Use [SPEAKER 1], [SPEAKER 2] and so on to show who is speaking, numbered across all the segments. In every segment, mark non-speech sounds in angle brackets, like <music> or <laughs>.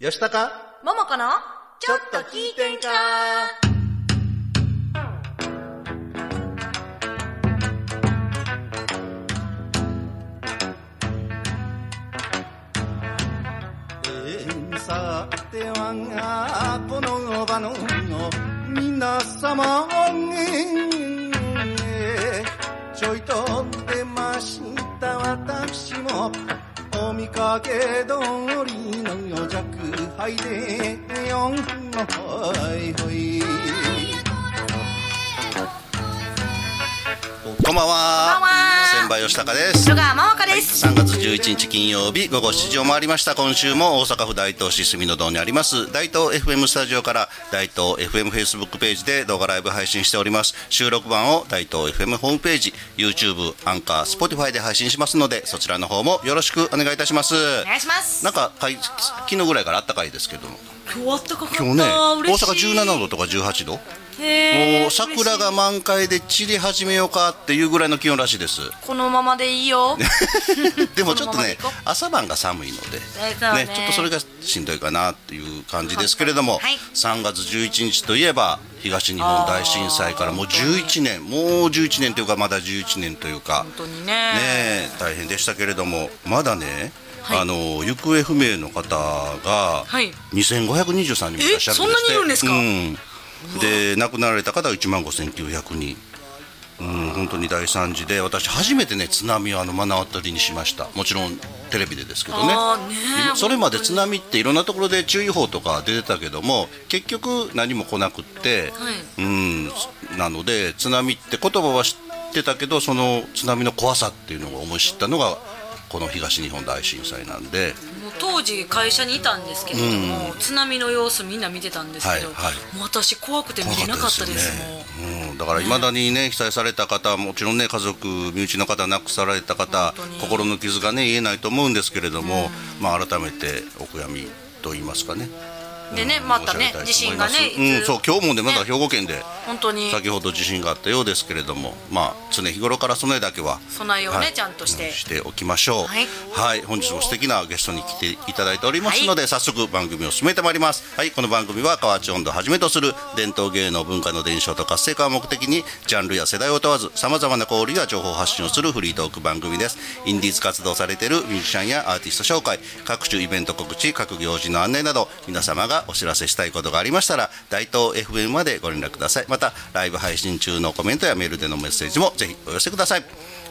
[SPEAKER 1] よしたか
[SPEAKER 2] ももこのちょっと聞いてんか
[SPEAKER 1] えーさてはこの場の皆様えーちょいと出ました私もお見かけ通りの弱敗で四のほいほいこんばんは
[SPEAKER 2] こんばんは
[SPEAKER 1] 千葉吉高です
[SPEAKER 2] シュガーママカです、
[SPEAKER 1] 3月11日金曜日午後7時を回りました今週も大阪府大東市住の堂にあります大東 FM スタジオから大東 FM フェイスブックページで動画ライブ配信しております収録版を大東 FM ホームページ YouTube アンカー Spotify で配信しますのでそちらの方もよろしくお願いいたします
[SPEAKER 2] お願いします
[SPEAKER 1] なんかかい昨日ぐらいから暖かいですけども
[SPEAKER 2] 今日あったかかった
[SPEAKER 1] 今日ね大
[SPEAKER 2] 嬉しい
[SPEAKER 1] 阪17度とか18度
[SPEAKER 2] へー
[SPEAKER 1] もう桜が満開で散り始めようかっていうぐらいの気温らしいです
[SPEAKER 2] このままでいいよ
[SPEAKER 1] でもちょっとね
[SPEAKER 2] このままでいこう
[SPEAKER 1] 朝晩が寒いので
[SPEAKER 2] えそう
[SPEAKER 1] ち
[SPEAKER 2] ね
[SPEAKER 1] ょっとそれがしんどいかなっていう感じですけれども、
[SPEAKER 2] はい
[SPEAKER 1] 3月11日といえば東日本大震災からもう11年もう11年というかまだ11年というか
[SPEAKER 2] 本当にね
[SPEAKER 1] ねえ大変でしたけれどもまだね、あの行方不明の方が
[SPEAKER 2] はい
[SPEAKER 1] 2523人もいらっしゃるんですって
[SPEAKER 2] えそんなにいるんですか
[SPEAKER 1] うんで亡くなられた方が1万5900人うん、本当に大惨事で私初めてね津波をあの目の当たりにしましたもちろんテレビでですけどね
[SPEAKER 2] あーねえ
[SPEAKER 1] それまで津波っていろんなところで注意報とか出てたけども結局何も来なくって、
[SPEAKER 2] は
[SPEAKER 1] うんなので津波って言葉は知ってたけどその津波の怖さっていうのを思い知ったのがこの東日本大震災なんで
[SPEAKER 2] もう当時会社にいたんですけれども、津波の様子みんな見てたんですけど、
[SPEAKER 1] はいはい
[SPEAKER 2] もう私怖くて見れなかったです
[SPEAKER 1] 怖
[SPEAKER 2] も
[SPEAKER 1] か
[SPEAKER 2] う
[SPEAKER 1] ったですよねうん、だからいまだにね被災された方もちろんね家族身内の方亡くされた方
[SPEAKER 2] 本当に
[SPEAKER 1] 心の傷がね言えないと思うんですけれども、まあ改めてお悔やみと言いますかね。
[SPEAKER 2] でね
[SPEAKER 1] うん
[SPEAKER 2] またね
[SPEAKER 1] 申し上げたいと思います
[SPEAKER 2] 地震がねいつ
[SPEAKER 1] うん、そう今日もねまだ兵庫県で
[SPEAKER 2] 本当に
[SPEAKER 1] 先ほど地震があったようですけれども、まあ常日頃から備えだけは
[SPEAKER 2] 備えをね、
[SPEAKER 1] はい
[SPEAKER 2] ちゃんとして、
[SPEAKER 1] うんしておきましょう。は
[SPEAKER 2] はいい、
[SPEAKER 1] 本日も素敵なゲストに来ていただいておりますので、早速番組を進めてまいります。はい、この番組は河内音頭をはじめとする伝統芸能文化の伝承と活性化を目的に、ジャンルや世代を問わず、さまざまな交流や情報を発信をするフリートーク番組です。インディーズ活動されているミュージシャンやアーティスト紹介、各種イベント告知、各行事の案内など、皆様がお知らせしたいことがありましたら、大東 FM までご連絡ください。また、ライブ配信中のコメントやメールでのメッセージもぜひお寄せください。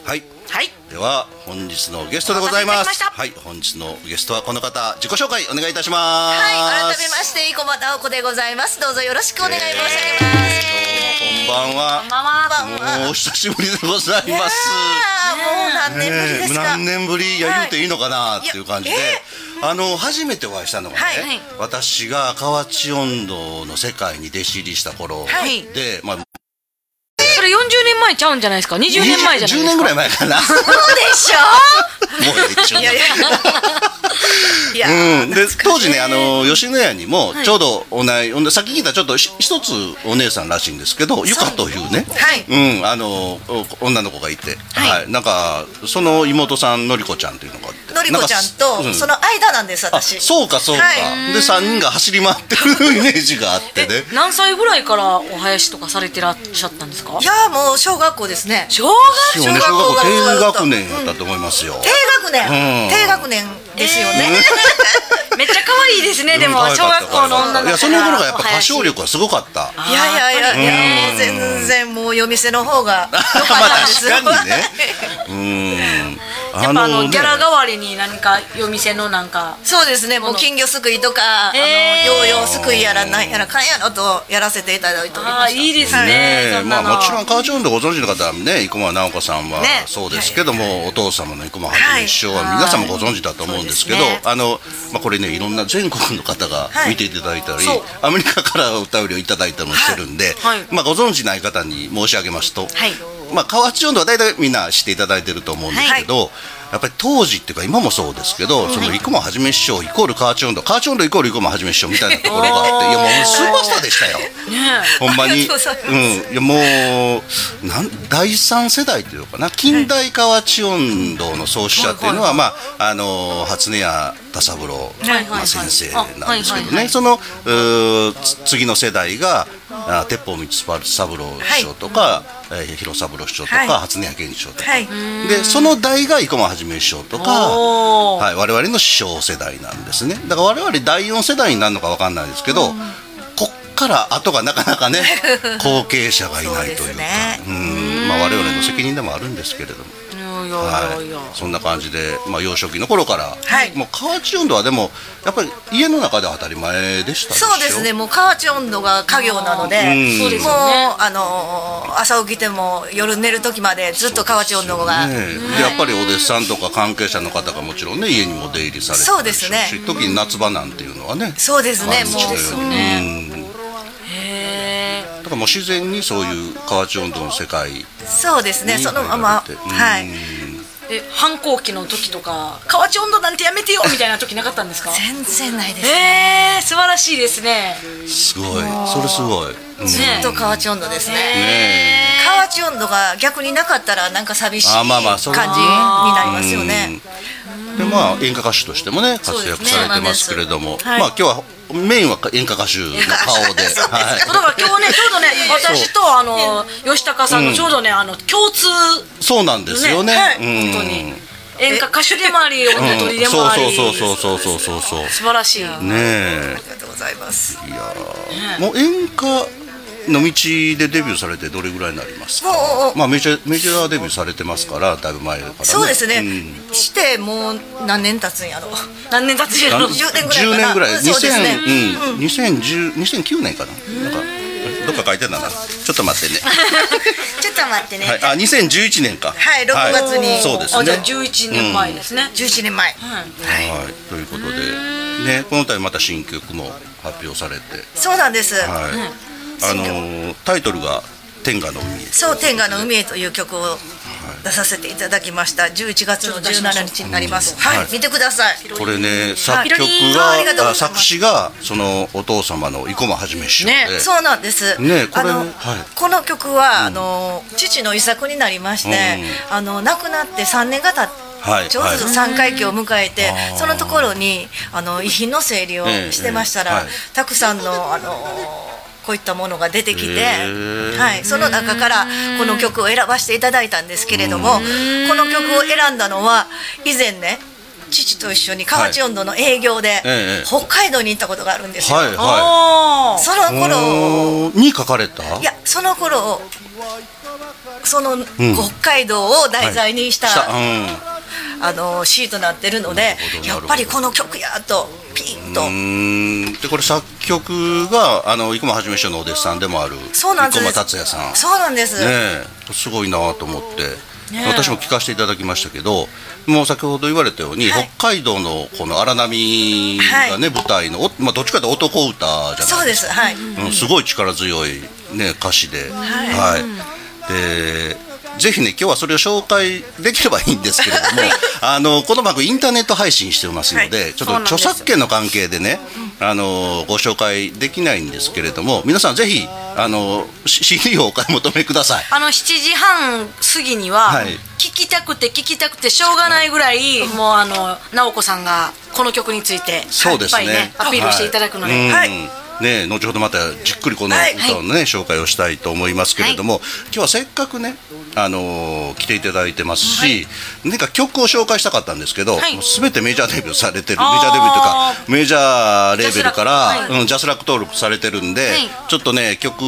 [SPEAKER 1] はい。
[SPEAKER 2] はい
[SPEAKER 1] では本日のゲストでございま
[SPEAKER 2] お待たせいたしますした
[SPEAKER 1] はい本日のゲストはこの方自己紹介お願いいたします
[SPEAKER 2] はい、改めまして、生駒直子でございます。どうぞよろしくお願い申し上げます。
[SPEAKER 1] どうもこんばんは
[SPEAKER 2] こんばんは。
[SPEAKER 1] もうお久しぶりでございます
[SPEAKER 2] あーもう何年ぶり
[SPEAKER 1] ね
[SPEAKER 2] で
[SPEAKER 1] え
[SPEAKER 2] すか。
[SPEAKER 1] 何年ぶりいや
[SPEAKER 2] は
[SPEAKER 1] 言
[SPEAKER 2] いう
[SPEAKER 1] ていいのかなっていう感じで
[SPEAKER 2] いや
[SPEAKER 1] あの初めてお会いしたのがね
[SPEAKER 2] はいはい
[SPEAKER 1] 私が河内音頭の世界に弟子入りした頃
[SPEAKER 2] はい
[SPEAKER 1] でまあ
[SPEAKER 2] それ40年前ちゃうんじゃないですか。20年前じゃないですか。
[SPEAKER 1] 10年ぐら
[SPEAKER 2] い。
[SPEAKER 1] い前か
[SPEAKER 2] <laughs>
[SPEAKER 1] なも
[SPEAKER 2] そうでし
[SPEAKER 1] う一応
[SPEAKER 2] ょ。いやいや。いや。
[SPEAKER 1] うん、で
[SPEAKER 2] 懐
[SPEAKER 1] 当
[SPEAKER 2] かし
[SPEAKER 1] 時
[SPEAKER 2] い
[SPEAKER 1] ねあの吉野家にもちょうどおない、ほんでさっき聞いたらちょっとひ一つお姉さんらしいんですけどゆかというね
[SPEAKER 2] はい
[SPEAKER 1] うん、あのお女の子がいて、
[SPEAKER 2] はい
[SPEAKER 1] なんかその妹さんのりこちゃんっていうのがあって
[SPEAKER 3] のりこちゃん
[SPEAKER 1] なか
[SPEAKER 3] と
[SPEAKER 1] う
[SPEAKER 3] その間なんです
[SPEAKER 1] あ
[SPEAKER 3] 私
[SPEAKER 1] そうかそうか、
[SPEAKER 3] は
[SPEAKER 1] で3人が走り回ってるイメージがあってね
[SPEAKER 2] 何歳ぐらいからお囃子とかされてらっしゃったんですか
[SPEAKER 3] い。やーもう小学校ですね
[SPEAKER 2] 小学
[SPEAKER 1] 今日ね
[SPEAKER 3] 小
[SPEAKER 1] 小
[SPEAKER 3] 学校
[SPEAKER 1] 学校
[SPEAKER 3] が
[SPEAKER 1] 低学年やったと思いますよ、
[SPEAKER 3] 低学年
[SPEAKER 1] うん
[SPEAKER 3] 低学年ですよね
[SPEAKER 2] めっちゃ可愛いですね。でも
[SPEAKER 1] うん
[SPEAKER 2] 小学校の女の子
[SPEAKER 1] いやその頃がやっぱ歌唱
[SPEAKER 2] 力。
[SPEAKER 1] 力がすごかった
[SPEAKER 2] あー
[SPEAKER 3] いやいやいやいやもう全然もう夜店の方が良かったです
[SPEAKER 1] まあ確かにねうん
[SPEAKER 2] やっぱあの
[SPEAKER 1] ね
[SPEAKER 2] ギャラ代わりに何か夜店のなんか。
[SPEAKER 3] <laughs> そうですねもう金魚すくいとかあの
[SPEAKER 2] へー
[SPEAKER 3] ヨーヨーすくいやらなんやらかんやらとやらせていただいており
[SPEAKER 2] あ
[SPEAKER 3] ま
[SPEAKER 2] あ
[SPEAKER 3] した
[SPEAKER 2] いいですね。
[SPEAKER 1] ね
[SPEAKER 2] そ
[SPEAKER 1] え
[SPEAKER 2] ん
[SPEAKER 1] ま
[SPEAKER 2] なの
[SPEAKER 1] あもちろん川内音頭ご存知の方はね生駒直子さんは
[SPEAKER 3] ね
[SPEAKER 1] そうですけども、お父様の生駒八
[SPEAKER 3] は
[SPEAKER 1] の
[SPEAKER 3] い
[SPEAKER 1] 一生は皆さんもご存知だと思うんですけど、
[SPEAKER 2] そうですね
[SPEAKER 1] あの、まあ、これねいろんな全国の方が
[SPEAKER 3] はい
[SPEAKER 1] 見ていただいたり、
[SPEAKER 3] そう
[SPEAKER 1] アメリカからお便りをいただいたりもしてるんで、
[SPEAKER 2] はいはい
[SPEAKER 1] まあ、ご存知ない方に申し上げますと、
[SPEAKER 2] はい
[SPEAKER 1] まあ、川内音頭は大体みんな知っていただいてると思うんですけど、
[SPEAKER 4] やっぱり当時っていうか今もそうですけどその生駒はじめ師匠イコールカーチョンドカーチョンドイコール生駒はじめ師匠みたいなところがあっていやもうスーパースターでしたよ
[SPEAKER 2] ねえ
[SPEAKER 4] ほんま
[SPEAKER 3] あり
[SPEAKER 2] <laughs>
[SPEAKER 4] に
[SPEAKER 3] がとうございます
[SPEAKER 4] うんいやもうなん第三世代っていうのかな近代河内音頭の創始者っていうのは、まああの初音屋田三郎
[SPEAKER 2] いはいはい
[SPEAKER 4] まあ先生なんですけど
[SPEAKER 2] あはいはいは
[SPEAKER 4] ね
[SPEAKER 2] い
[SPEAKER 4] そのうーつ次の世代があ鉄砲光三郎師匠とか、えー広三郎師匠とか、
[SPEAKER 3] はい
[SPEAKER 4] 初音屋源師匠とか、
[SPEAKER 3] はい
[SPEAKER 4] でその代が生駒はじめ師匠とか、
[SPEAKER 2] おー
[SPEAKER 4] はい、我々の師匠世代なんですねだから我々第4世代になるのか分かんないですけど、こっから後がなかなか
[SPEAKER 3] <laughs>
[SPEAKER 4] ね後継者がいないと
[SPEAKER 3] そう
[SPEAKER 4] いう
[SPEAKER 3] です
[SPEAKER 4] か
[SPEAKER 3] ね
[SPEAKER 4] うんまあ、我々の責任でもあるんですけれども。
[SPEAKER 2] いやい
[SPEAKER 4] は
[SPEAKER 2] やいやいや
[SPEAKER 4] い、そんな感じで、まあ、幼少期の頃から、
[SPEAKER 3] はい
[SPEAKER 4] もう河内温度はでもやっぱり家の中では当たり前でしたでしょ
[SPEAKER 3] そうですねもう河内温度が家業なので
[SPEAKER 4] うんそう
[SPEAKER 2] です
[SPEAKER 3] もう
[SPEAKER 2] よね
[SPEAKER 3] あのー朝起きても夜寝る時までずっと河内温度が、
[SPEAKER 4] ねでやっぱりお弟子さんとか関係者の方がもちろんね家にも出入りされてたでしょ
[SPEAKER 3] そうです
[SPEAKER 4] し
[SPEAKER 3] ね
[SPEAKER 4] 特に夏場なんていうのはね
[SPEAKER 3] そうですねも
[SPEAKER 4] 毎日のよ
[SPEAKER 3] う
[SPEAKER 4] うに
[SPEAKER 2] ね
[SPEAKER 4] うん
[SPEAKER 2] へ
[SPEAKER 4] だからもう自然にそういう河内温度の世界に
[SPEAKER 3] そうですねそのまま
[SPEAKER 4] 入られて
[SPEAKER 3] はい
[SPEAKER 4] うん
[SPEAKER 2] ええ反抗期の時とか河内温度なんてやめてよみたいな時なかったんです
[SPEAKER 4] <laughs>
[SPEAKER 2] か
[SPEAKER 3] 全然ないです
[SPEAKER 2] えー、素晴らしいですね
[SPEAKER 4] すごいそれすごい、うん
[SPEAKER 2] ず
[SPEAKER 3] ずっと河内温度ですね
[SPEAKER 4] ね
[SPEAKER 3] 河内温度が逆になかったらなんか寂しい
[SPEAKER 4] あ
[SPEAKER 3] 感じに
[SPEAKER 4] まあま
[SPEAKER 3] なり
[SPEAKER 4] あそれは
[SPEAKER 3] ますよね。
[SPEAKER 4] でまあ演歌歌手としてもね活躍されてますけれども、
[SPEAKER 3] そうですねそうなんです
[SPEAKER 4] まあ今日はメインは演歌歌手の顔ではい
[SPEAKER 2] だから今日ねちょうどね私とあの吉高さんのちょうどね、あの共通
[SPEAKER 4] そうなんですよね
[SPEAKER 2] ねはい
[SPEAKER 4] うん
[SPEAKER 2] 本当に演歌歌手でもあり音楽
[SPEAKER 4] うん
[SPEAKER 2] でもあり、
[SPEAKER 4] そうそうそうそうそうそうそ
[SPEAKER 2] 素晴らしい、
[SPEAKER 4] うねえ
[SPEAKER 3] ありがとうございます。
[SPEAKER 4] いやーもう演歌の道でデビューされてどれぐらいになりますか
[SPEAKER 3] もう
[SPEAKER 4] まあメジャーメジャーデビューされてますからだいぶ前からね
[SPEAKER 3] そうですね、
[SPEAKER 4] ん
[SPEAKER 3] してもう何年経つんやろ。
[SPEAKER 2] 何年経つや
[SPEAKER 4] あ
[SPEAKER 2] ろ
[SPEAKER 4] の
[SPEAKER 3] 10年ぐらいかな
[SPEAKER 4] 10年ぐらい
[SPEAKER 3] うんそうですね
[SPEAKER 4] 2000うん2010 2009年かななんかどっか書いてんだなちょっと待ってね
[SPEAKER 3] ちょっと待ってね。
[SPEAKER 4] はいあ2011年か
[SPEAKER 3] はい6月に
[SPEAKER 4] そうです
[SPEAKER 2] あじゃあ
[SPEAKER 4] ね
[SPEAKER 2] 11年前ですね、
[SPEAKER 3] 11年前。
[SPEAKER 2] はい
[SPEAKER 4] はいということでねこの度また新曲も発表されて
[SPEAKER 3] そうなんです。
[SPEAKER 4] はいあのータイトルが天下の海
[SPEAKER 3] そう天下の海へという曲を出させていただきました。11月の17日になります。
[SPEAKER 4] はい
[SPEAKER 3] はい、見てください。
[SPEAKER 4] これね作曲
[SPEAKER 3] あありがとうござい
[SPEAKER 4] が
[SPEAKER 3] ます
[SPEAKER 4] 作詞がそのお父様の生駒はじめ師匠で、
[SPEAKER 2] ね
[SPEAKER 3] そうなんです。
[SPEAKER 4] ねこ
[SPEAKER 3] あ
[SPEAKER 4] れ
[SPEAKER 3] の、
[SPEAKER 4] はい
[SPEAKER 3] この曲は、あの父の遺作になりまして、あの亡くなって3年が経って。
[SPEAKER 4] はい
[SPEAKER 3] ちょうど三回忌を迎えて、
[SPEAKER 4] あー
[SPEAKER 3] そのところにあの遺品の整理を
[SPEAKER 4] ええ
[SPEAKER 3] してましたら、
[SPEAKER 4] ええはい
[SPEAKER 3] たくさんのあのこういったものが出てきて、
[SPEAKER 4] へえ
[SPEAKER 3] はい、その中からこの曲を選ばせていただいたんですけれどもこの曲を選んだのは以前ね父と一緒に河内温度の営業で、
[SPEAKER 4] ええ
[SPEAKER 3] 北海道に行ったことがあるんですよ。
[SPEAKER 4] はいは
[SPEAKER 2] あー
[SPEAKER 3] その頃
[SPEAKER 4] いに書かれた
[SPEAKER 3] いやその頃その北海道を題材にした、
[SPEAKER 4] したうん
[SPEAKER 3] あのシートになってるので
[SPEAKER 4] ほど
[SPEAKER 3] やっぱりこの曲やとピンと、
[SPEAKER 4] うーんでこれ作曲があの生駒はじめ師匠のお弟子さんでもある
[SPEAKER 3] そうなんです
[SPEAKER 4] 生駒達也さん
[SPEAKER 3] そうなんです、
[SPEAKER 4] ねえすごいなと思って、
[SPEAKER 2] ねえ
[SPEAKER 4] 私も聞かせていただきましたけどもう先ほど言われたように、
[SPEAKER 3] はい
[SPEAKER 4] 北海道のこの荒波がね、舞台の、おまあ、どっちかというと男歌じゃない
[SPEAKER 3] そうですはい、
[SPEAKER 4] うん、すごい力強い、ね、歌詞で、はいでぜひね今日はそれを紹介できればいいんですけれどもあのこの番組インターネット配信してますので、
[SPEAKER 3] は
[SPEAKER 4] ち
[SPEAKER 2] そ
[SPEAKER 4] ょっ
[SPEAKER 2] う
[SPEAKER 4] と
[SPEAKER 2] なんです
[SPEAKER 4] 著作権の関係でねあのご紹介できないんですけれども皆さんぜひあの CD をお買い求めください。
[SPEAKER 2] あの7時半過ぎには、
[SPEAKER 4] はい
[SPEAKER 2] 聞きたくて聞きたくてしょうがないぐらい、もうあの直子さんがこの曲について
[SPEAKER 4] そうですね
[SPEAKER 2] いっぱいねアピールしていただくので、
[SPEAKER 4] うん
[SPEAKER 3] はい
[SPEAKER 4] ね後ほどまたじっくりこの
[SPEAKER 3] はい
[SPEAKER 4] 歌をね、紹介をしたいと思いますけれども、今日はせっかくね、あのー来ていただいてますし、なんか曲を紹介したかったんですけど、
[SPEAKER 2] はい
[SPEAKER 4] もう全てメジャーデビューされてるメジ
[SPEAKER 2] あー
[SPEAKER 4] ャーデビューというかメジャーレーベルから
[SPEAKER 2] ジャスラック
[SPEAKER 4] うん、ジャスラック登録されてるんで、
[SPEAKER 2] い
[SPEAKER 4] ちょっとね曲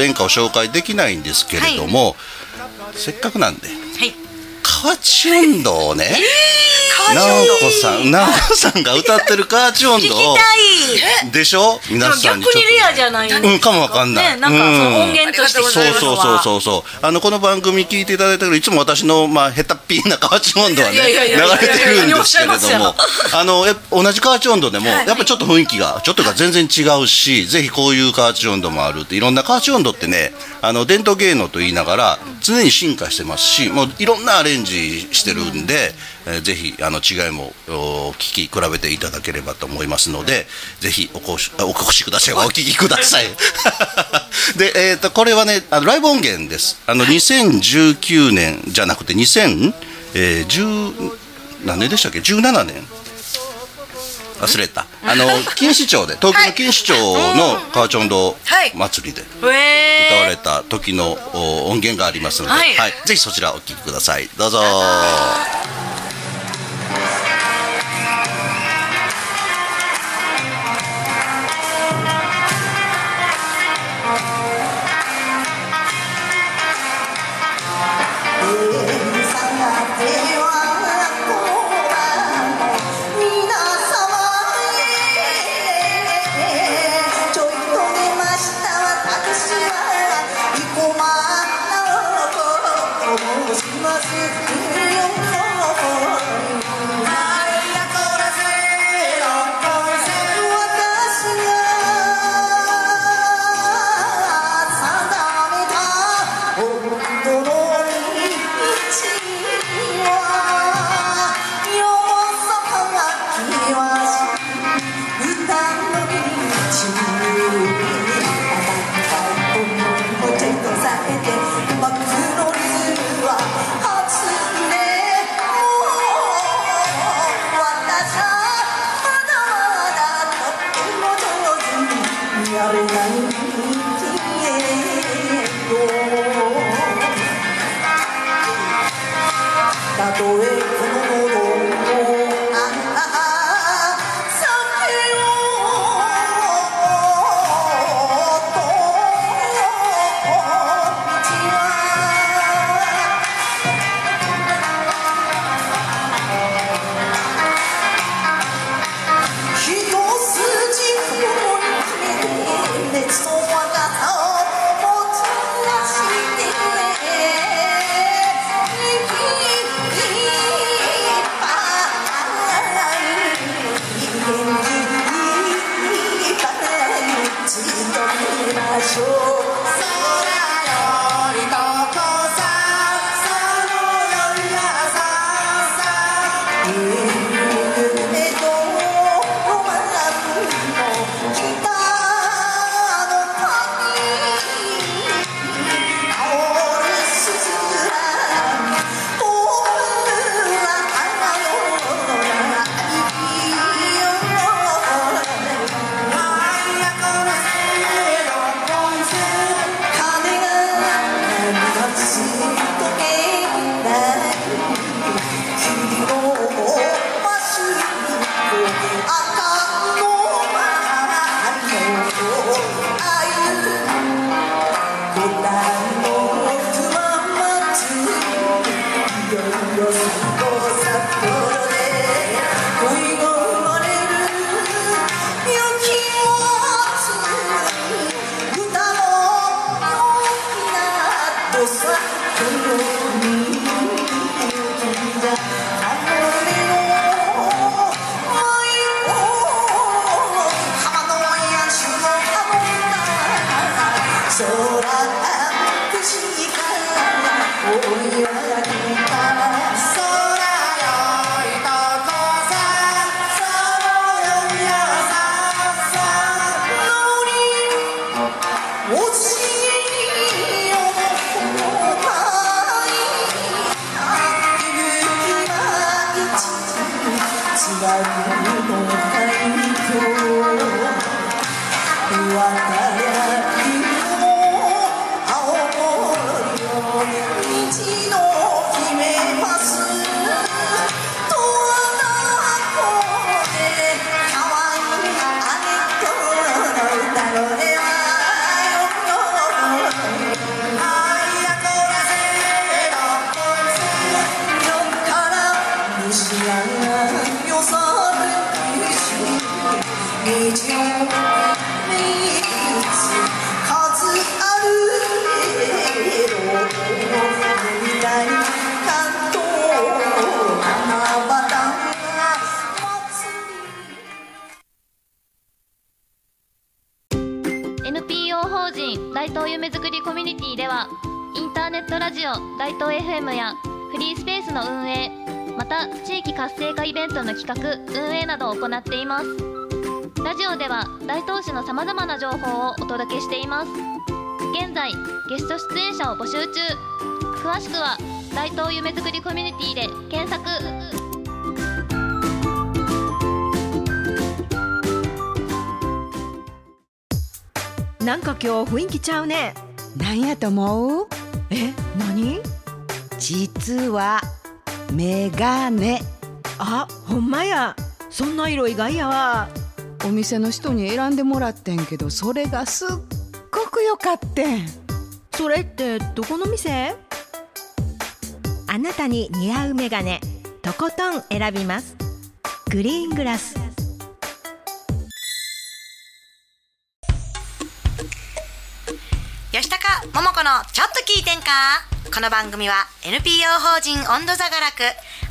[SPEAKER 4] 演歌を紹介できないんですけれども、せっかくなんで
[SPEAKER 2] はい
[SPEAKER 4] 河内運動をね、
[SPEAKER 3] 河内
[SPEAKER 4] 直
[SPEAKER 3] 温度
[SPEAKER 4] 子さん直子さんが歌ってる河内運
[SPEAKER 2] 聞き
[SPEAKER 4] 動
[SPEAKER 2] た
[SPEAKER 4] を
[SPEAKER 2] い
[SPEAKER 4] でしょ
[SPEAKER 2] で
[SPEAKER 4] 皆
[SPEAKER 2] も
[SPEAKER 4] さ
[SPEAKER 2] 逆
[SPEAKER 4] ん
[SPEAKER 2] に
[SPEAKER 4] にちょっと
[SPEAKER 2] レアじゃないです
[SPEAKER 4] うんかもわかんない
[SPEAKER 2] ね、なんかその
[SPEAKER 4] うん
[SPEAKER 2] 音源として
[SPEAKER 4] そう
[SPEAKER 2] 聞く
[SPEAKER 4] そ
[SPEAKER 2] の
[SPEAKER 4] うそう
[SPEAKER 2] は
[SPEAKER 4] そうそうあのこの番組聞いていただいたけどいつも私のまあヘタッピーな河内温度はね
[SPEAKER 2] いやいやい
[SPEAKER 4] 流
[SPEAKER 2] やいや
[SPEAKER 4] れてるんですけれ
[SPEAKER 2] いやいやいやいやいやいやいやいやいやいやいや
[SPEAKER 4] どもあのえ同じ河内温度でもやっぱちょっと雰囲気がちょっとが全然違うしぜひこういう河内温度もあるっていろんな河内温度ってねあの伝統芸能と言いながら常に進化してますしもういろんなアレンジしてるんで、ええーぜひあの違いもお聞き比べていただければと思いますのでぜひお越しあお越しくださいお聞きくだ <laughs> さいで、えー、とこれはねあのライブ音源ですあの2019年じゃなくて2010、えー10何年でしたっけ17年忘れた
[SPEAKER 2] <laughs>
[SPEAKER 4] あの錦糸町で東京の錦糸町の川町堂
[SPEAKER 3] はい
[SPEAKER 4] 祭りで歌わ
[SPEAKER 2] え
[SPEAKER 4] れた時のお音源がありますので、は
[SPEAKER 2] はいい
[SPEAKER 4] ぜひそちらお聴きくださいどうぞ
[SPEAKER 5] 皆様へちょいと出ました私は生駒直子と申します「ありがとうございます」「私が定めた本当の道はよもさかがきはし」歌の道にあなたを思い出しもちとされてうまくのリズムは初音もう私はまだまだとても上手にやれないけどたとえこの喉をああ酒をと道は一筋雲に決めて熱と若さを持ち出して息いっぱい元気いっぱいずっと見ましょう空よりどこさその夜朝さ「夢と学びも期待も」「のに青いすずら」「僕は花のなびきよ」「金があるから」「ずっとえない」「君のまっすぐ赤のままの愛」「答えのくままついよいよ最高札幌で恋が生まれる」「雪をつむ歌の大きなとさこのように」「あのを浜のやつを頼んだ空不思議から追い上げた空よりどこさそのよやささのり教えよお前あ勇気は一違うのないと「わたやきの青森の道の決めます」「とわなこでかわいい姉との歌の出はよ」「愛やこらせのこいつよから西山よさるにし」「虹を」「数あるけど」「あなたのみたいな感動」「花畑が祭り」
[SPEAKER 6] NPO 法人大東夢作りコミュニティではインターネットラジオ大東 FM やフリースペースの運営また地域活性化イベントの企画運営などを行っていますラジオでは大東市のさまざまな情報をお届けしています現在ゲスト出演者を募集中詳しくは大東夢作りコミュニティで検索
[SPEAKER 7] なんか今日雰囲気ちゃうねなんやと思うえ何実はメガネあほんまやそんな色意外やわお店の人に選んでもらってんけどそれがすっごく良かってんそれってどこの店
[SPEAKER 8] あなたに似合うメガネとことん選びますグリーングラス
[SPEAKER 2] 吉高桃子のちょっと聞いてんかこの番組は NPO 法人温度座が楽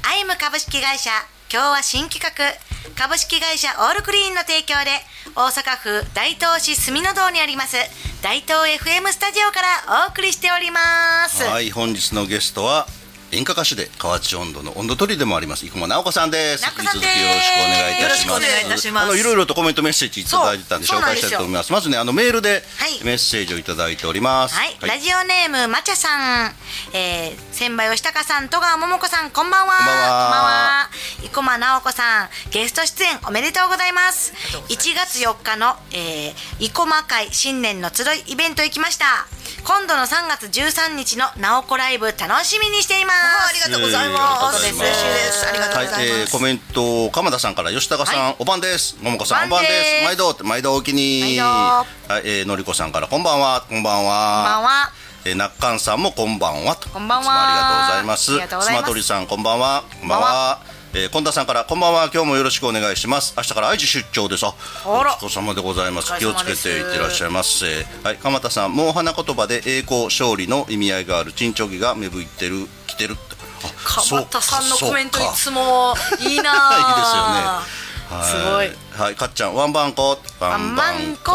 [SPEAKER 2] アイム株式会社今日は新企画株式会社オールクリーンの提供で大阪府大東市住の堂にあります大東 FM スタジオからお送りしております
[SPEAKER 4] はい、本日のゲストは演歌歌手で河内温度の温度取りでもあります生駒直子さんです。
[SPEAKER 2] 直子さんです
[SPEAKER 4] 引き続きよろしくお願いいたします。
[SPEAKER 3] よろしくお願いいたします
[SPEAKER 4] あのいろいろとコメントメッセージいただいてたんで
[SPEAKER 2] そ
[SPEAKER 4] 紹
[SPEAKER 2] うそうなん
[SPEAKER 4] 介
[SPEAKER 2] で
[SPEAKER 4] し
[SPEAKER 2] す
[SPEAKER 4] た
[SPEAKER 2] よ
[SPEAKER 4] いと思います。まずねあのメールで
[SPEAKER 2] はい
[SPEAKER 4] メッセージをいただいております。
[SPEAKER 2] はい、
[SPEAKER 4] はい
[SPEAKER 2] ラジオネームまちゃさん、えー、千葉吉高さん、戸川桃子さん、こんばんは。
[SPEAKER 4] こんばんは
[SPEAKER 2] こんばんは生駒直子さん、ゲスト出演おめでとうございます。1月4日の、えー、生駒会新年の集いイベント行きました。今度の3月13日の直子ライブ楽しみにしていま
[SPEAKER 3] ああ
[SPEAKER 2] す。
[SPEAKER 3] りがとうございます。
[SPEAKER 4] えー
[SPEAKER 3] 嬉しいです。ありがとうござ
[SPEAKER 4] はいい、え
[SPEAKER 3] ま
[SPEAKER 4] ー
[SPEAKER 3] す。
[SPEAKER 4] コメント鎌田さんから吉高さん、お晩です桃子さんお
[SPEAKER 2] お晩
[SPEAKER 4] 晩
[SPEAKER 2] で
[SPEAKER 4] ですす毎度って毎度おきに
[SPEAKER 2] 毎度
[SPEAKER 4] はい、えーのりこさんからこんばんはこんばん
[SPEAKER 2] こんばん
[SPEAKER 4] は
[SPEAKER 2] は。
[SPEAKER 4] えー、なっかんさんもこんばんはと
[SPEAKER 2] こんばんはい
[SPEAKER 4] つもありがとうございます
[SPEAKER 2] ありがとうございます
[SPEAKER 4] スマトリさんこんばんはこんばん
[SPEAKER 2] こんばん
[SPEAKER 4] はえー、近田さんからこんばんは今日もよろしくお願いします明日から愛知出張ですあ
[SPEAKER 2] あら
[SPEAKER 4] お疲れ様でございます
[SPEAKER 2] お疲
[SPEAKER 4] 気
[SPEAKER 2] れ
[SPEAKER 4] を
[SPEAKER 2] 様
[SPEAKER 4] つけ
[SPEAKER 2] です
[SPEAKER 4] ていってらっしゃいませはい鎌田さんもう花言葉で栄光勝利の意味合いがある陳丁義が芽吹いてる来てるあ
[SPEAKER 2] 鎌田さんのコメントい
[SPEAKER 4] そうか
[SPEAKER 2] つも
[SPEAKER 4] <laughs>
[SPEAKER 2] いいな
[SPEAKER 4] いい
[SPEAKER 2] すごい。
[SPEAKER 4] はい、かっちゃん、ワンバンコ。ワ
[SPEAKER 2] ンバンコ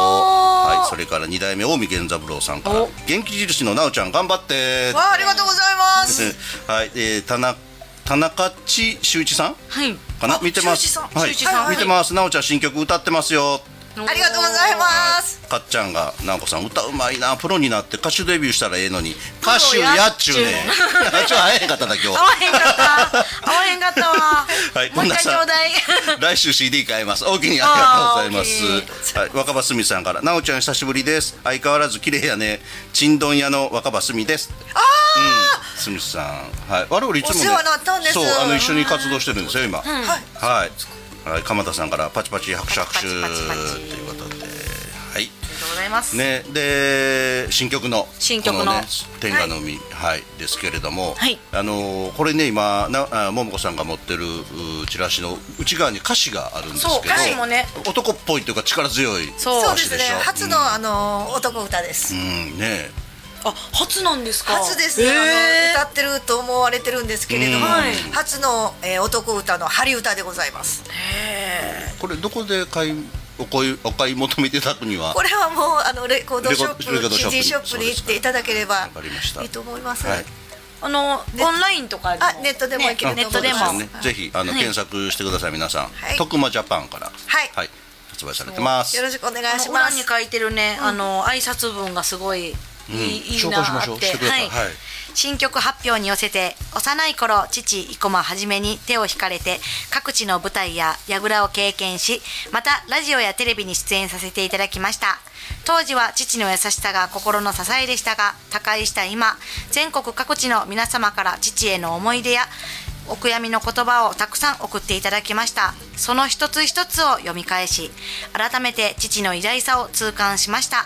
[SPEAKER 4] はい、それから二代目近江源三郎さんから
[SPEAKER 2] お。
[SPEAKER 4] 元気印のなおちゃん、頑張って。
[SPEAKER 3] わあありがとうございます。
[SPEAKER 4] はい、えー、田中、田中地修一さん。
[SPEAKER 2] はい。
[SPEAKER 4] かな、見てます。
[SPEAKER 3] 修一さん
[SPEAKER 4] はい
[SPEAKER 2] 修一さん
[SPEAKER 4] 見てます、なおちゃん、新曲歌ってますよ。
[SPEAKER 3] ありがとうございます。
[SPEAKER 4] かっちゃんが、なおこさん、歌うまいな、プロになって、歌手デビューしたらええのに。歌手やっちゅうねん。 <laughs> あ、ちょ、早い方だ、今日
[SPEAKER 2] 合。わへんかった。合わへんかったわ。
[SPEAKER 4] <laughs> はい、
[SPEAKER 2] もう一回ちょうだい。
[SPEAKER 4] <laughs> 来週 CD 買います。大きにありがとうござ
[SPEAKER 2] あー大
[SPEAKER 4] います。はい、若葉すみさんから、なおちゃん久しぶりです。相変わらず綺麗やね。ちんどん屋の若葉すみです。ああ、うん、すみさん。はい、我々いつも、ね。
[SPEAKER 3] お世話になったんです
[SPEAKER 4] そう、あの一緒に活動してるんですよ、今。はい。
[SPEAKER 3] はい。
[SPEAKER 4] はい、鎌田さんからパチパチ拍手拍手とい
[SPEAKER 2] パチパチパチパチ
[SPEAKER 4] うことで。はい。
[SPEAKER 2] ありがとうございます。
[SPEAKER 4] ね、で新曲の
[SPEAKER 2] 新曲の
[SPEAKER 4] こね「天下の海」はいですけれども、
[SPEAKER 2] はい
[SPEAKER 4] あのーこれね今なあ桃子さんが持ってるうチラシの内側に歌詞があるんですけど
[SPEAKER 2] そう歌詞もね
[SPEAKER 4] 男っぽいというか力強い
[SPEAKER 2] そう
[SPEAKER 3] そう
[SPEAKER 4] 歌
[SPEAKER 3] で
[SPEAKER 4] 詞
[SPEAKER 3] す
[SPEAKER 4] で
[SPEAKER 3] ね
[SPEAKER 4] しょ。
[SPEAKER 3] 初のあの男歌です
[SPEAKER 4] う。んね
[SPEAKER 2] あ、初なんですか。
[SPEAKER 3] 初ですね、
[SPEAKER 2] へー
[SPEAKER 3] あの歌ってると思われてるんですけれども、
[SPEAKER 4] うん
[SPEAKER 2] はい
[SPEAKER 3] 初の、えー男歌の張り歌でございます
[SPEAKER 4] これどこで買いお買いお買い求めていただくには
[SPEAKER 3] これはもうあのレコードショッ
[SPEAKER 4] レコード
[SPEAKER 3] プ
[SPEAKER 4] ショップ
[SPEAKER 3] CD ショップに行っていただければ
[SPEAKER 4] わかりました
[SPEAKER 3] いいと思います、
[SPEAKER 4] はい
[SPEAKER 2] あの、オンラインとかでも。
[SPEAKER 3] あネットでもいける
[SPEAKER 2] ねネ
[SPEAKER 3] と
[SPEAKER 2] ット
[SPEAKER 3] 思う
[SPEAKER 2] でも。
[SPEAKER 4] そう
[SPEAKER 3] です
[SPEAKER 4] ねぜひあの、
[SPEAKER 2] はい
[SPEAKER 4] 検索してください皆さん
[SPEAKER 3] はい
[SPEAKER 4] 「徳間ジャパン」から
[SPEAKER 3] はい
[SPEAKER 4] 発売されてます
[SPEAKER 3] よろしくお願
[SPEAKER 2] あ
[SPEAKER 3] い
[SPEAKER 2] の
[SPEAKER 3] しま
[SPEAKER 2] 裏
[SPEAKER 3] す
[SPEAKER 2] に書いてるね、あの挨拶文がすごい。いいいい
[SPEAKER 4] 紹
[SPEAKER 2] な
[SPEAKER 4] 介しまし
[SPEAKER 2] あ
[SPEAKER 4] ょう
[SPEAKER 2] って
[SPEAKER 4] してくださいはい
[SPEAKER 2] 新曲発表に寄せて幼い頃父生駒はじめに手を引かれて各地の舞台や櫓を経験しまたラジオやテレビに出演させていただきました当時は父の優しさが心の支えでしたが他界した今全国各地の皆様から父への思い出やお悔やみの言葉をたくさん送っていただきましたその一つ一つを読み返し改めて父の偉大さを痛感しました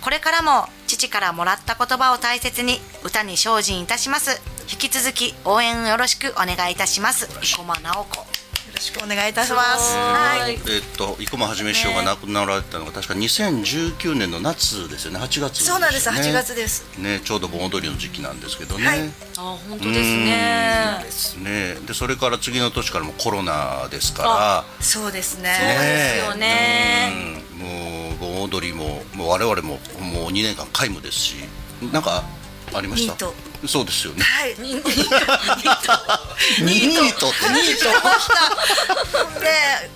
[SPEAKER 2] これからも父からもらった言葉を大切に歌に精進いたします引き続き応援よろしくお願いいたします生駒直子
[SPEAKER 3] よろしくお願いいたしますはい
[SPEAKER 2] い
[SPEAKER 4] えっと生駒はじめ師匠が亡くなられたのが確か2019年の夏ですよね8月
[SPEAKER 3] そうなんです
[SPEAKER 4] よね
[SPEAKER 3] 8月です
[SPEAKER 4] ねちょうど盆踊りの時期なんですけどね、
[SPEAKER 3] はい
[SPEAKER 4] ね
[SPEAKER 2] あ本当ですね
[SPEAKER 4] でそれから次の年からもコロナですか
[SPEAKER 3] そうです
[SPEAKER 4] らね
[SPEAKER 3] ね
[SPEAKER 2] ですよね
[SPEAKER 4] うんもう盆踊りももう我々ももう2年間皆無ですしなんかありました
[SPEAKER 3] ニート
[SPEAKER 4] そうですよ
[SPEAKER 3] <laughs>
[SPEAKER 4] ね。
[SPEAKER 3] はいニート
[SPEAKER 4] ニートって
[SPEAKER 3] しましたで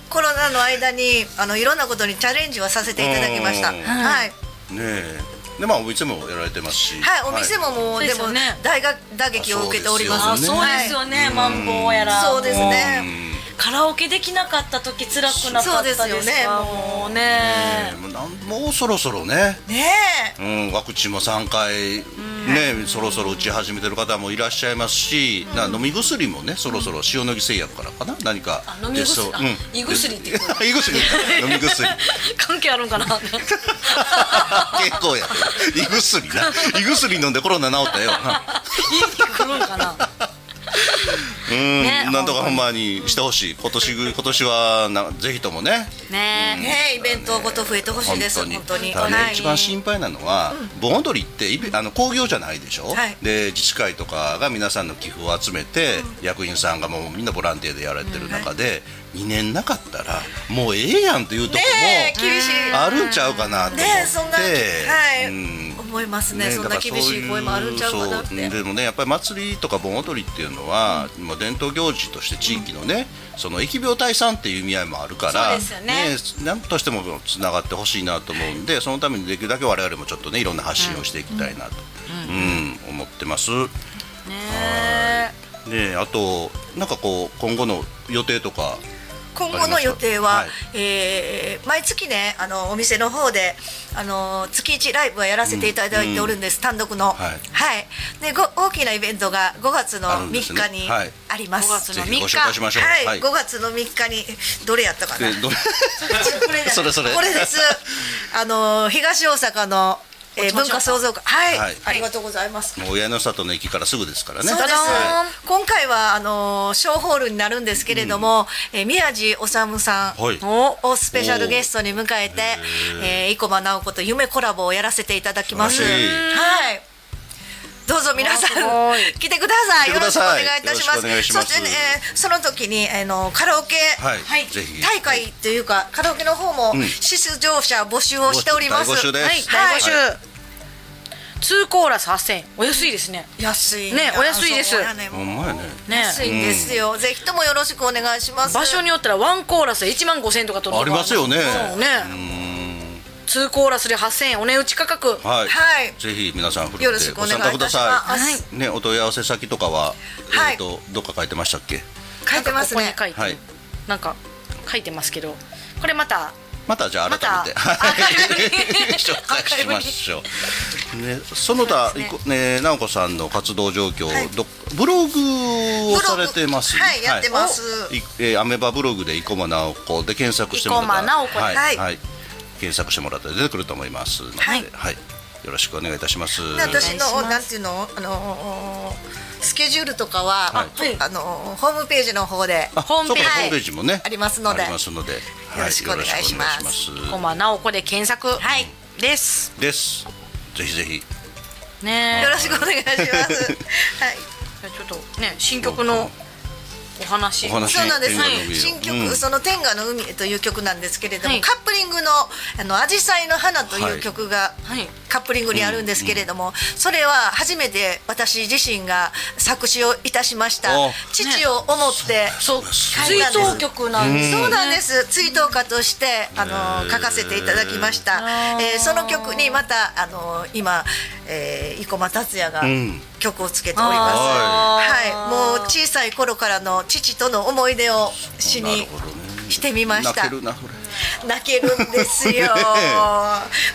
[SPEAKER 3] コロナの間にあのいろんなことにチャレンジはさせていただきました
[SPEAKER 4] うん
[SPEAKER 3] はい
[SPEAKER 4] ねえ。でまあお店もやられてますし。
[SPEAKER 3] はい、お店ももう、
[SPEAKER 2] い
[SPEAKER 3] で
[SPEAKER 2] そ
[SPEAKER 3] も
[SPEAKER 2] うですよね
[SPEAKER 3] 大学打撃を受けており
[SPEAKER 4] あ
[SPEAKER 2] あ
[SPEAKER 3] ま
[SPEAKER 2] ー
[SPEAKER 3] す。
[SPEAKER 4] ね
[SPEAKER 2] そうですよね、マンボウやら
[SPEAKER 3] そうです
[SPEAKER 4] う
[SPEAKER 3] ね。
[SPEAKER 4] ん
[SPEAKER 2] カラオケできなかった時辛くなかったですか
[SPEAKER 3] そうですよね
[SPEAKER 2] もう
[SPEAKER 4] ねえ
[SPEAKER 2] ね
[SPEAKER 4] もうなんもうそろそろね、
[SPEAKER 3] ね
[SPEAKER 4] うん、ワクチンも3回、ね、そろそろ打ち始めてる方もいらっしゃいますし、な飲み薬もねそろそろ塩野義製薬からかな何か
[SPEAKER 2] あ飲み薬
[SPEAKER 4] 出そう
[SPEAKER 2] あ胃薬って
[SPEAKER 4] 出そう <laughs> 胃薬飲み薬
[SPEAKER 2] 関係あるんかな
[SPEAKER 4] 結構やって
[SPEAKER 2] <laughs>
[SPEAKER 4] る胃薬な胃薬飲んでコロナ治ったよ
[SPEAKER 2] 家に来るんかな
[SPEAKER 4] うん、
[SPEAKER 2] ね
[SPEAKER 4] なんとかほんまにしてほしい今年今年はなぜひともね
[SPEAKER 3] え、
[SPEAKER 2] ね
[SPEAKER 3] ねえ、イベントごと増えてほしいです。本当に。
[SPEAKER 4] ただね
[SPEAKER 3] はい
[SPEAKER 4] 一番心配なのは、盆踊りってイベあの興行じゃないでしょ、
[SPEAKER 3] はい
[SPEAKER 4] で自治会とかが皆さんの寄付を集めて、役員さんがもうみんなボランティアでやられてる中で、2年なかったらもうええやんというとこ
[SPEAKER 3] ねえ、
[SPEAKER 4] も
[SPEAKER 3] 厳しい。
[SPEAKER 4] あるんちゃうかなと思って、
[SPEAKER 3] ねえ、そんな、はい、
[SPEAKER 4] うん
[SPEAKER 3] 思いますね。
[SPEAKER 4] ね
[SPEAKER 3] そ
[SPEAKER 4] だ
[SPEAKER 3] ん
[SPEAKER 4] か
[SPEAKER 3] な
[SPEAKER 4] ら
[SPEAKER 3] 厳しい声もあるんちゃうかなっ
[SPEAKER 4] そ
[SPEAKER 3] て。
[SPEAKER 4] うでもねやっぱり祭りとか盆踊りっていうのは、もう伝統行事として地域のね、その疫病退散っていう意味合いもあるから
[SPEAKER 2] そうですよね
[SPEAKER 4] なんとしてもつながってほしいなと思うんで、そのためにできるだけ我々もちょっとねいろんな発信をしていきたいなと、うん思ってます。はいねえあとなんかこう今後の予定とか
[SPEAKER 3] 今後の予定は、
[SPEAKER 4] はい
[SPEAKER 3] えー毎月ねあのお店の方であの月1ライブはやらせていただいておるんです、単独の
[SPEAKER 4] はい
[SPEAKER 3] でご大きなイベントが5月の
[SPEAKER 4] あるん
[SPEAKER 3] 3
[SPEAKER 4] ですね
[SPEAKER 3] 日に
[SPEAKER 4] はい
[SPEAKER 3] あります
[SPEAKER 2] 5月
[SPEAKER 4] ぜ
[SPEAKER 2] の
[SPEAKER 4] ひご紹介しましょう。
[SPEAKER 3] はい、5月の3日にどれやったかな
[SPEAKER 4] で
[SPEAKER 3] <laughs>
[SPEAKER 4] どれ
[SPEAKER 3] だ
[SPEAKER 4] それそれ
[SPEAKER 3] こ
[SPEAKER 4] <laughs>
[SPEAKER 3] れですあの東大阪の、えー文化創造館はい、
[SPEAKER 4] はい
[SPEAKER 3] ありがとうございま
[SPEAKER 4] <laughs>
[SPEAKER 3] す、
[SPEAKER 4] もう親の里の駅からすぐですからね。
[SPEAKER 3] そうです、
[SPEAKER 4] は
[SPEAKER 3] 今回はあのーショーホールになるんですけれども、えー宮地治さん
[SPEAKER 4] はい
[SPEAKER 3] をスペシャルゲストに迎えて、えー生駒直子と夢コラボをやらせていただきます。
[SPEAKER 4] 素
[SPEAKER 3] は
[SPEAKER 4] 晴らしい
[SPEAKER 3] い。どうぞ皆さん
[SPEAKER 2] わあすごい
[SPEAKER 3] 来てください。
[SPEAKER 4] 来てく
[SPEAKER 3] よろ
[SPEAKER 4] だ
[SPEAKER 3] しく
[SPEAKER 4] さ
[SPEAKER 3] お願
[SPEAKER 4] い
[SPEAKER 3] いいたし
[SPEAKER 4] よ
[SPEAKER 3] ます。
[SPEAKER 4] ろしくお願いします
[SPEAKER 3] そしてね、えーその時にあのカラオケ
[SPEAKER 4] はい
[SPEAKER 3] はい
[SPEAKER 4] ぜひ
[SPEAKER 3] 大会というかカラオケの方も出場者募集をしております。
[SPEAKER 4] 大募集です
[SPEAKER 3] はい
[SPEAKER 2] 大募集
[SPEAKER 3] はい
[SPEAKER 2] 2コーラス8000円お安いですね
[SPEAKER 3] 安い
[SPEAKER 2] ねお安いです
[SPEAKER 3] そうやね
[SPEAKER 4] ほんまやね。
[SPEAKER 2] ね
[SPEAKER 3] 安いんですよ、ぜひともよろしくお願いします
[SPEAKER 2] 場所によったらワンコーラスで1万5000円とか取るとこ
[SPEAKER 4] ありますよね
[SPEAKER 2] そうね2コーラスで8000円お値打ち価格
[SPEAKER 4] はい、
[SPEAKER 3] はい
[SPEAKER 4] ぜひ皆さん振る
[SPEAKER 3] よ
[SPEAKER 4] っ
[SPEAKER 3] ろ
[SPEAKER 4] て
[SPEAKER 3] しく
[SPEAKER 4] ご
[SPEAKER 3] お願
[SPEAKER 4] 参
[SPEAKER 3] いいた
[SPEAKER 4] 加
[SPEAKER 3] し
[SPEAKER 4] く
[SPEAKER 3] ま
[SPEAKER 4] だ
[SPEAKER 3] す
[SPEAKER 4] さい。
[SPEAKER 3] はい
[SPEAKER 4] ね、お問い合わせ先とかは、
[SPEAKER 3] はい
[SPEAKER 4] えっ、とどっか書いてましたっけ？
[SPEAKER 3] 書いてます
[SPEAKER 2] なん
[SPEAKER 3] ね
[SPEAKER 2] かここに書いて、
[SPEAKER 4] はい
[SPEAKER 2] なんか書いてますけどこれまた
[SPEAKER 4] またじゃあ
[SPEAKER 2] また
[SPEAKER 4] 改めて、
[SPEAKER 2] ア
[SPEAKER 3] <laughs>
[SPEAKER 2] ーカイブに
[SPEAKER 4] 紹介しましょう。ね、その他いこね、直子さんの活動状況、どっブログをされてます。
[SPEAKER 3] ブログはいやってます
[SPEAKER 4] いえーアメバブログで生駒直子で検索してもらった
[SPEAKER 2] 生
[SPEAKER 4] ら
[SPEAKER 2] 駒直子
[SPEAKER 4] はい、
[SPEAKER 3] はい
[SPEAKER 4] はい検索してもらったら出てくると思いますので、
[SPEAKER 3] はい
[SPEAKER 4] はい、よろしくお願いいたします。
[SPEAKER 3] で私
[SPEAKER 2] お
[SPEAKER 3] の
[SPEAKER 2] 願いします
[SPEAKER 3] なんていうのあのースケジュールとかは、
[SPEAKER 4] はい
[SPEAKER 3] あのーホームページの方で
[SPEAKER 4] あ
[SPEAKER 2] ホームページ
[SPEAKER 4] そうかホームページもね、
[SPEAKER 3] ありますので
[SPEAKER 4] ありますので、
[SPEAKER 3] よろしくお願いします
[SPEAKER 4] よろしくお <laughs> 願いし
[SPEAKER 2] コマなおこで検索です、
[SPEAKER 4] です。ぜひぜひ。
[SPEAKER 2] ね
[SPEAKER 3] よろしくお願いしますはい
[SPEAKER 2] ちょっとね新曲のお話
[SPEAKER 4] お話
[SPEAKER 3] そうなんで
[SPEAKER 4] 天
[SPEAKER 3] す、
[SPEAKER 4] 下の海を
[SPEAKER 3] 新曲、
[SPEAKER 4] うん
[SPEAKER 3] その「天下の海」という曲なんですけれども、
[SPEAKER 2] はい
[SPEAKER 3] カップリングの「あの紫陽花の花」と
[SPEAKER 4] はいいう
[SPEAKER 3] 曲が、
[SPEAKER 2] はい
[SPEAKER 3] カップリングにあるんですけれども、それは初めて私自身が作詞をいたしました
[SPEAKER 4] お
[SPEAKER 3] 父を思って、
[SPEAKER 2] そう追
[SPEAKER 3] いなんです
[SPEAKER 2] 悼曲なんです
[SPEAKER 3] そうなんですす追悼歌としてあの書かせていただきました、えーその曲にまたあの今、えー、生駒達也が
[SPEAKER 4] ん
[SPEAKER 3] 曲をつけております、
[SPEAKER 4] あ
[SPEAKER 3] はいもう小さい頃からの父との思い出を詩
[SPEAKER 4] なる
[SPEAKER 3] に
[SPEAKER 4] ほどね
[SPEAKER 3] してみまし
[SPEAKER 4] 泣
[SPEAKER 3] た
[SPEAKER 4] けるなこれ。
[SPEAKER 3] 泣けるんで
[SPEAKER 4] <laughs>
[SPEAKER 3] すよ
[SPEAKER 4] ね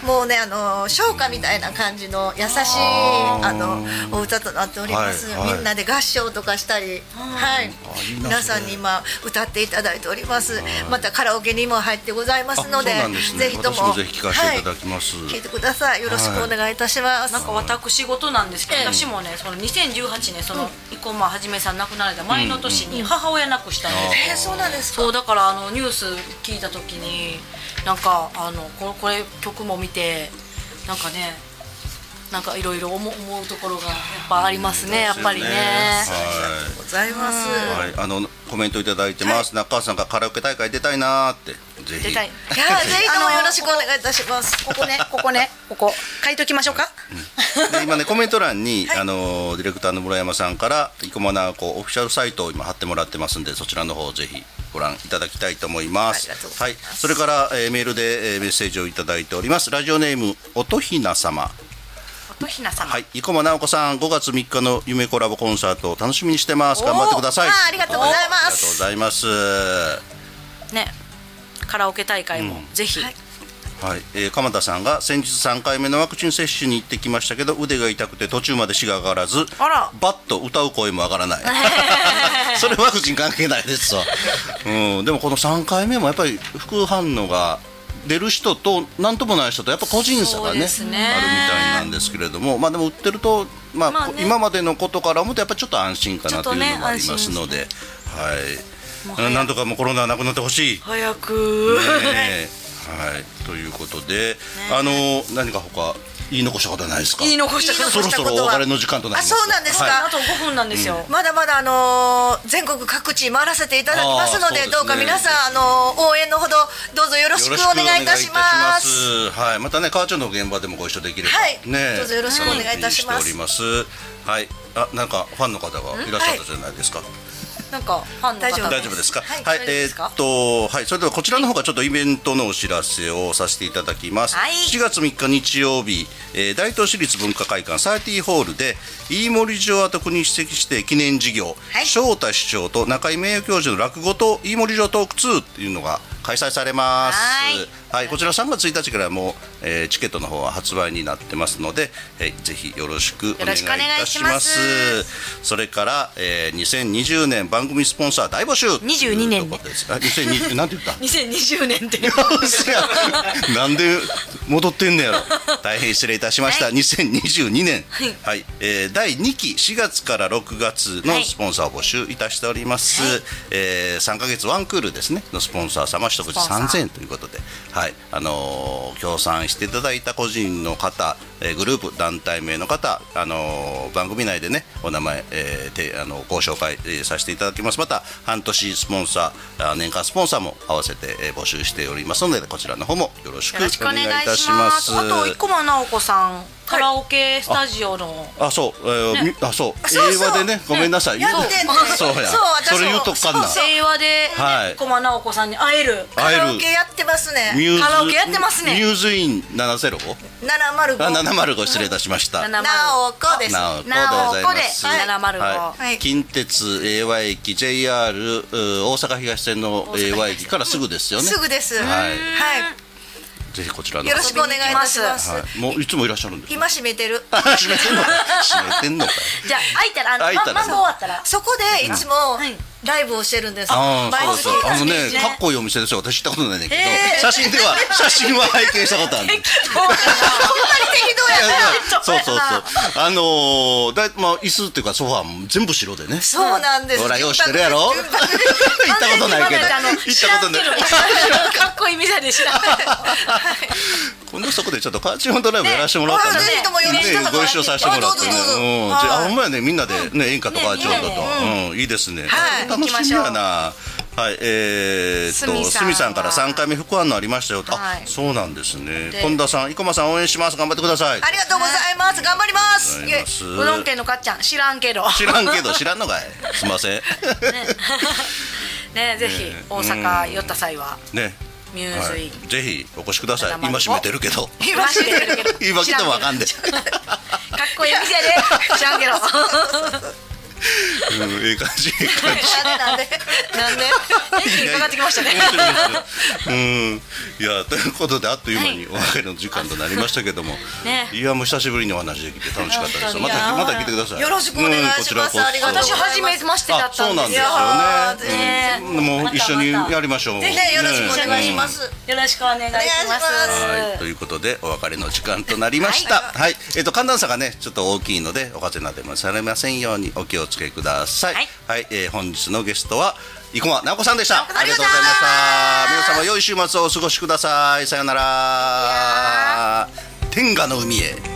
[SPEAKER 3] もうねあの唱歌みたいな感じの優しい
[SPEAKER 4] あー
[SPEAKER 3] あのお歌となっております、
[SPEAKER 4] はいはい
[SPEAKER 3] みんなで合唱とかしたり、はい
[SPEAKER 4] ーいいな
[SPEAKER 3] 皆さんに今歌っていただいておりますまたカラオケにも入ってございますので
[SPEAKER 4] あそうなんですね
[SPEAKER 3] ぜひとも
[SPEAKER 4] 私もぜひ聞かせていただきます
[SPEAKER 3] はい、聞いてくださいよろしくお願いいたします、
[SPEAKER 2] なんか私事なんですけど、
[SPEAKER 3] ええ
[SPEAKER 2] 私もねその2018年その生駒はじめさん亡くなられた前の年に母親亡くしたんですよ、
[SPEAKER 3] えーそうなんですか
[SPEAKER 2] そうだからあのニュース聞いた時になんかあのここれ曲も見てなんかねなんかいろいろ思う思うところがやっぱありますねやっぱりね
[SPEAKER 4] は
[SPEAKER 3] ございます、
[SPEAKER 4] い。はい、あのコメントいただいてます。中川さんがカラオケ大会出たいなーってぜ
[SPEAKER 2] 出
[SPEAKER 4] ひ
[SPEAKER 2] たい。
[SPEAKER 3] いやぜひともよろしくお願いいたします。
[SPEAKER 2] ここね、ここね、ここ、書いときましょうか。
[SPEAKER 4] で今ねコメント欄に、あのディレクターの村山さんから生駒奈子オフィシャルサイトを今貼ってもらってますんでそちらの方をぜひご覧いただきたいと思います
[SPEAKER 3] ありがとうご
[SPEAKER 4] はい、それから、えーメールで、えーメッセージをいただいておりますラジオネーム音ひな様
[SPEAKER 2] 音ひな様。
[SPEAKER 4] はい生駒奈子さん5月3日の夢コラボコンサートを楽しみにしてます頑張ってください
[SPEAKER 3] おーあーありがとうございます
[SPEAKER 4] ありがとうございます
[SPEAKER 2] ね。カラオケ大会も、ぜひ。
[SPEAKER 4] はい、えー鎌田さんが先日3回目のワクチン接種に行ってきましたけど腕が痛くて途中まで死が上がらず
[SPEAKER 2] あら
[SPEAKER 4] バッと歌う声も上がらない <laughs> それワクチン関係ないですわ、うん、でもこの3回目もやっぱり副反応が出る人と何ともない人とやっぱ個人差が
[SPEAKER 9] そう
[SPEAKER 4] ね
[SPEAKER 9] ですね
[SPEAKER 4] あるみたいなんですけれどもまあでも売ってると、まあ
[SPEAKER 9] まあね
[SPEAKER 4] 今までのことから思うとやっぱちょっと安心かなというのもありますのではいなんとかもうコロナはなくなってほしい
[SPEAKER 9] 早く。
[SPEAKER 4] ねえはい、ということで、あの何か他言い残したことはないですか。
[SPEAKER 9] 言い残したこと
[SPEAKER 4] そろそろお別れの時間となります。
[SPEAKER 3] あそうなんですか
[SPEAKER 4] は
[SPEAKER 9] あと5分なんですよ。
[SPEAKER 3] まだまだあのー全国各地回らせていただきますの
[SPEAKER 4] あーそうで
[SPEAKER 3] です
[SPEAKER 4] ね
[SPEAKER 3] どうか皆さんあのー応援のほどどうぞよろ
[SPEAKER 4] い
[SPEAKER 3] し
[SPEAKER 4] よ
[SPEAKER 3] く
[SPEAKER 4] ろ
[SPEAKER 3] お
[SPEAKER 4] しくお願
[SPEAKER 3] 願
[SPEAKER 4] い
[SPEAKER 3] い
[SPEAKER 4] い
[SPEAKER 3] い
[SPEAKER 4] た
[SPEAKER 3] た
[SPEAKER 4] し
[SPEAKER 3] し
[SPEAKER 4] ま
[SPEAKER 3] ます。
[SPEAKER 4] す。はい、またね、川町の現場でもご一緒できれば。
[SPEAKER 3] はい
[SPEAKER 4] ねえ、
[SPEAKER 3] どうぞよろしくお願いいたします
[SPEAKER 4] 楽みにしております。はい、あ、なんかファンの方がいらっしゃったじゃないですか。
[SPEAKER 9] なんかファンの
[SPEAKER 3] 大丈
[SPEAKER 9] 方
[SPEAKER 3] 夫
[SPEAKER 4] 大丈夫ですか。
[SPEAKER 3] はい
[SPEAKER 4] は
[SPEAKER 9] 大
[SPEAKER 4] い、
[SPEAKER 9] 丈夫
[SPEAKER 4] え
[SPEAKER 9] です
[SPEAKER 4] ー
[SPEAKER 9] か。
[SPEAKER 4] っと、はい、それではこちらの方がちょっとイベントのお知らせをさせていただきます。
[SPEAKER 2] はい
[SPEAKER 4] 7月3日日曜日、えー大東市立文化会館サーティーホールで飯森城跡国史跡指定記念事業、翔太市長と中井名誉教授の落語と飯森城トーク2っていうのが開催されます。
[SPEAKER 2] はい
[SPEAKER 4] はい、こちら3月1日からもう、えーチケットの方は発売になってますので、えーぜひよろしくお願いいたし
[SPEAKER 2] よ
[SPEAKER 4] ま
[SPEAKER 2] ろしくお願
[SPEAKER 4] す。それから、えー、2020年番組スポンサー大募集
[SPEAKER 2] 22年ね
[SPEAKER 4] ということです。あ、2020なんて言った
[SPEAKER 9] 2020年
[SPEAKER 4] <laughs>
[SPEAKER 9] って。
[SPEAKER 4] 嘘やなんで戻ってんのやろ大変失礼いたしました、2022年、はいえー第2期4月から6月のスポンサーを募集いたしております、え3ヶ月ワンクールですねのスポンサー様一口3000円ということで、はいあのー協賛していただいた個人の方、えーグループ団体名の方、あのー番組内でねお名前、えーてあのご紹介、えーさせていただきますまた半年スポンサーあー年間スポンサーも合わせて、えー募集しておりますのでこちらの方もよろしく
[SPEAKER 2] よろしく
[SPEAKER 4] お
[SPEAKER 2] お願
[SPEAKER 4] 願い
[SPEAKER 2] い
[SPEAKER 4] い
[SPEAKER 2] い
[SPEAKER 4] た
[SPEAKER 2] た
[SPEAKER 4] し
[SPEAKER 2] し
[SPEAKER 4] ま
[SPEAKER 2] ますす。あと、生駒直子さん。
[SPEAKER 9] カラオケスタジオの。
[SPEAKER 4] あ、そう、えーみあ、そう、
[SPEAKER 3] そう
[SPEAKER 4] 映
[SPEAKER 3] そう
[SPEAKER 4] 画でね、ごめんなさい。
[SPEAKER 3] やってんね
[SPEAKER 4] そうや。
[SPEAKER 3] そう私
[SPEAKER 4] そ
[SPEAKER 3] も
[SPEAKER 4] れ言うとかんな。
[SPEAKER 3] そう
[SPEAKER 9] 平和で、
[SPEAKER 4] はい
[SPEAKER 9] ね、駒直子さんに会える。
[SPEAKER 3] カ
[SPEAKER 4] 会え
[SPEAKER 3] ラ
[SPEAKER 4] る
[SPEAKER 3] オケ。やってます
[SPEAKER 4] ミ
[SPEAKER 3] ね。
[SPEAKER 4] ューズ
[SPEAKER 9] カラオケやってますね
[SPEAKER 4] ミューズイン705。
[SPEAKER 3] 705
[SPEAKER 4] あ、705失礼いたしました。
[SPEAKER 2] 七
[SPEAKER 3] なおこです。
[SPEAKER 4] なおこでご
[SPEAKER 2] なお
[SPEAKER 4] ざい
[SPEAKER 2] こ
[SPEAKER 4] ま。
[SPEAKER 2] です705
[SPEAKER 4] はい。近鉄英和駅 JR うー大阪東線の英和駅からすぐですよね。
[SPEAKER 3] すぐです。
[SPEAKER 4] はい
[SPEAKER 3] は
[SPEAKER 4] ぜひこちら
[SPEAKER 3] い。
[SPEAKER 4] の。
[SPEAKER 3] よろしくお願いいたします。
[SPEAKER 4] はい。もういつもいらっしゃるんですか。
[SPEAKER 3] 今閉めてる。
[SPEAKER 4] 閉めてんのか。閉めてんのかよ。
[SPEAKER 2] じゃあ、空いたら、あの
[SPEAKER 4] 空いたら
[SPEAKER 2] ま漫画終わったら。
[SPEAKER 3] そこでいつもライブをしてるんです。
[SPEAKER 4] ああ、
[SPEAKER 3] 毎
[SPEAKER 4] そう
[SPEAKER 3] 月
[SPEAKER 4] そう。あのね、
[SPEAKER 2] ね
[SPEAKER 4] かっこいいお店ですよ。私行ったことないねんだけど、写真では、写真は拝見したことあ
[SPEAKER 3] <laughs>
[SPEAKER 4] る。
[SPEAKER 3] 適当や
[SPEAKER 4] いやいやそ
[SPEAKER 2] <laughs>
[SPEAKER 4] うそうそう。あのー、だいまあ椅子っていうかソファーも全部白でね。
[SPEAKER 3] そうなんです。
[SPEAKER 4] ほらようしてるやろ。 <laughs> 行ったことない
[SPEAKER 3] <laughs>
[SPEAKER 4] けど。
[SPEAKER 9] あの
[SPEAKER 4] 行ったことない。
[SPEAKER 9] かっこいい店で知らんけど。
[SPEAKER 4] 今度そこでちょっとカーチンドライブやらせてもらおうかな。
[SPEAKER 3] ねぜひともよろしくお願いします
[SPEAKER 4] ご一緒させてもらってね。
[SPEAKER 3] あどうぞどうぞ
[SPEAKER 4] うん。じゃあほんまやねみんなでね演歌とカーチンとうんいいですね。
[SPEAKER 3] はい
[SPEAKER 4] 楽しみやな。はい、えー、っと、すみさんから三回目副反応ありましたよと。あ、そうなんですね。本田さん、生駒さん応援します。頑張ってください。
[SPEAKER 3] ありがとうございます。頑張ります。
[SPEAKER 4] りがとうご
[SPEAKER 2] う
[SPEAKER 4] ざい
[SPEAKER 2] ど
[SPEAKER 4] ま
[SPEAKER 2] ん
[SPEAKER 4] す。
[SPEAKER 2] 県のかっちゃん、知らんけど。
[SPEAKER 4] 知らんけど知らんのかい。すみません。
[SPEAKER 2] ね、ぜひ
[SPEAKER 4] ね、
[SPEAKER 2] 大阪寄った際は、
[SPEAKER 4] ね。
[SPEAKER 2] ミュー
[SPEAKER 4] は
[SPEAKER 2] ズイ
[SPEAKER 4] い
[SPEAKER 2] ン。、
[SPEAKER 4] ぜひお越しください
[SPEAKER 2] 生。
[SPEAKER 4] 今閉めてるけど。
[SPEAKER 2] 今知ってるけど。
[SPEAKER 4] <laughs> 今来てもわかんねえ。
[SPEAKER 2] かっこいい店で、知らん
[SPEAKER 4] <laughs>
[SPEAKER 2] けど。
[SPEAKER 4] うん、ええ感じ、ええ感じ。
[SPEAKER 3] なんで <laughs> なんで
[SPEAKER 4] 引っかかってきましたね。うん、いや、ということで、あっという間にお別れの時間となりましたけど
[SPEAKER 3] <laughs>
[SPEAKER 4] も。
[SPEAKER 2] ね
[SPEAKER 4] いや、もう久しぶりにお話できて楽しかったです。また、また来てください。
[SPEAKER 3] よろしくお願いし
[SPEAKER 4] う
[SPEAKER 3] ます
[SPEAKER 4] んこちらこそ
[SPEAKER 3] ありがとうご
[SPEAKER 9] 私
[SPEAKER 3] ざいま
[SPEAKER 9] 初めましてだ
[SPEAKER 4] あ、
[SPEAKER 9] った
[SPEAKER 4] そうん
[SPEAKER 9] で
[SPEAKER 4] なん
[SPEAKER 9] す
[SPEAKER 4] です
[SPEAKER 9] よ。
[SPEAKER 4] よね。
[SPEAKER 3] ね
[SPEAKER 4] うんもう一緒にやりましょう。
[SPEAKER 3] ぜひよろしくお願いします。
[SPEAKER 9] よろしくお願いしま
[SPEAKER 3] お願いします
[SPEAKER 9] す。
[SPEAKER 4] はい、ということでお別れの時間となりました。はい、えっ、と寒暖差がねちょっと大きいのでお風邪などもされませんようにお気をつけください。はい、えー本日のゲストは生駒直子さんでした。ありがとうございました。皆様良い週末をお過ごしください。さようなら。天下の海へ。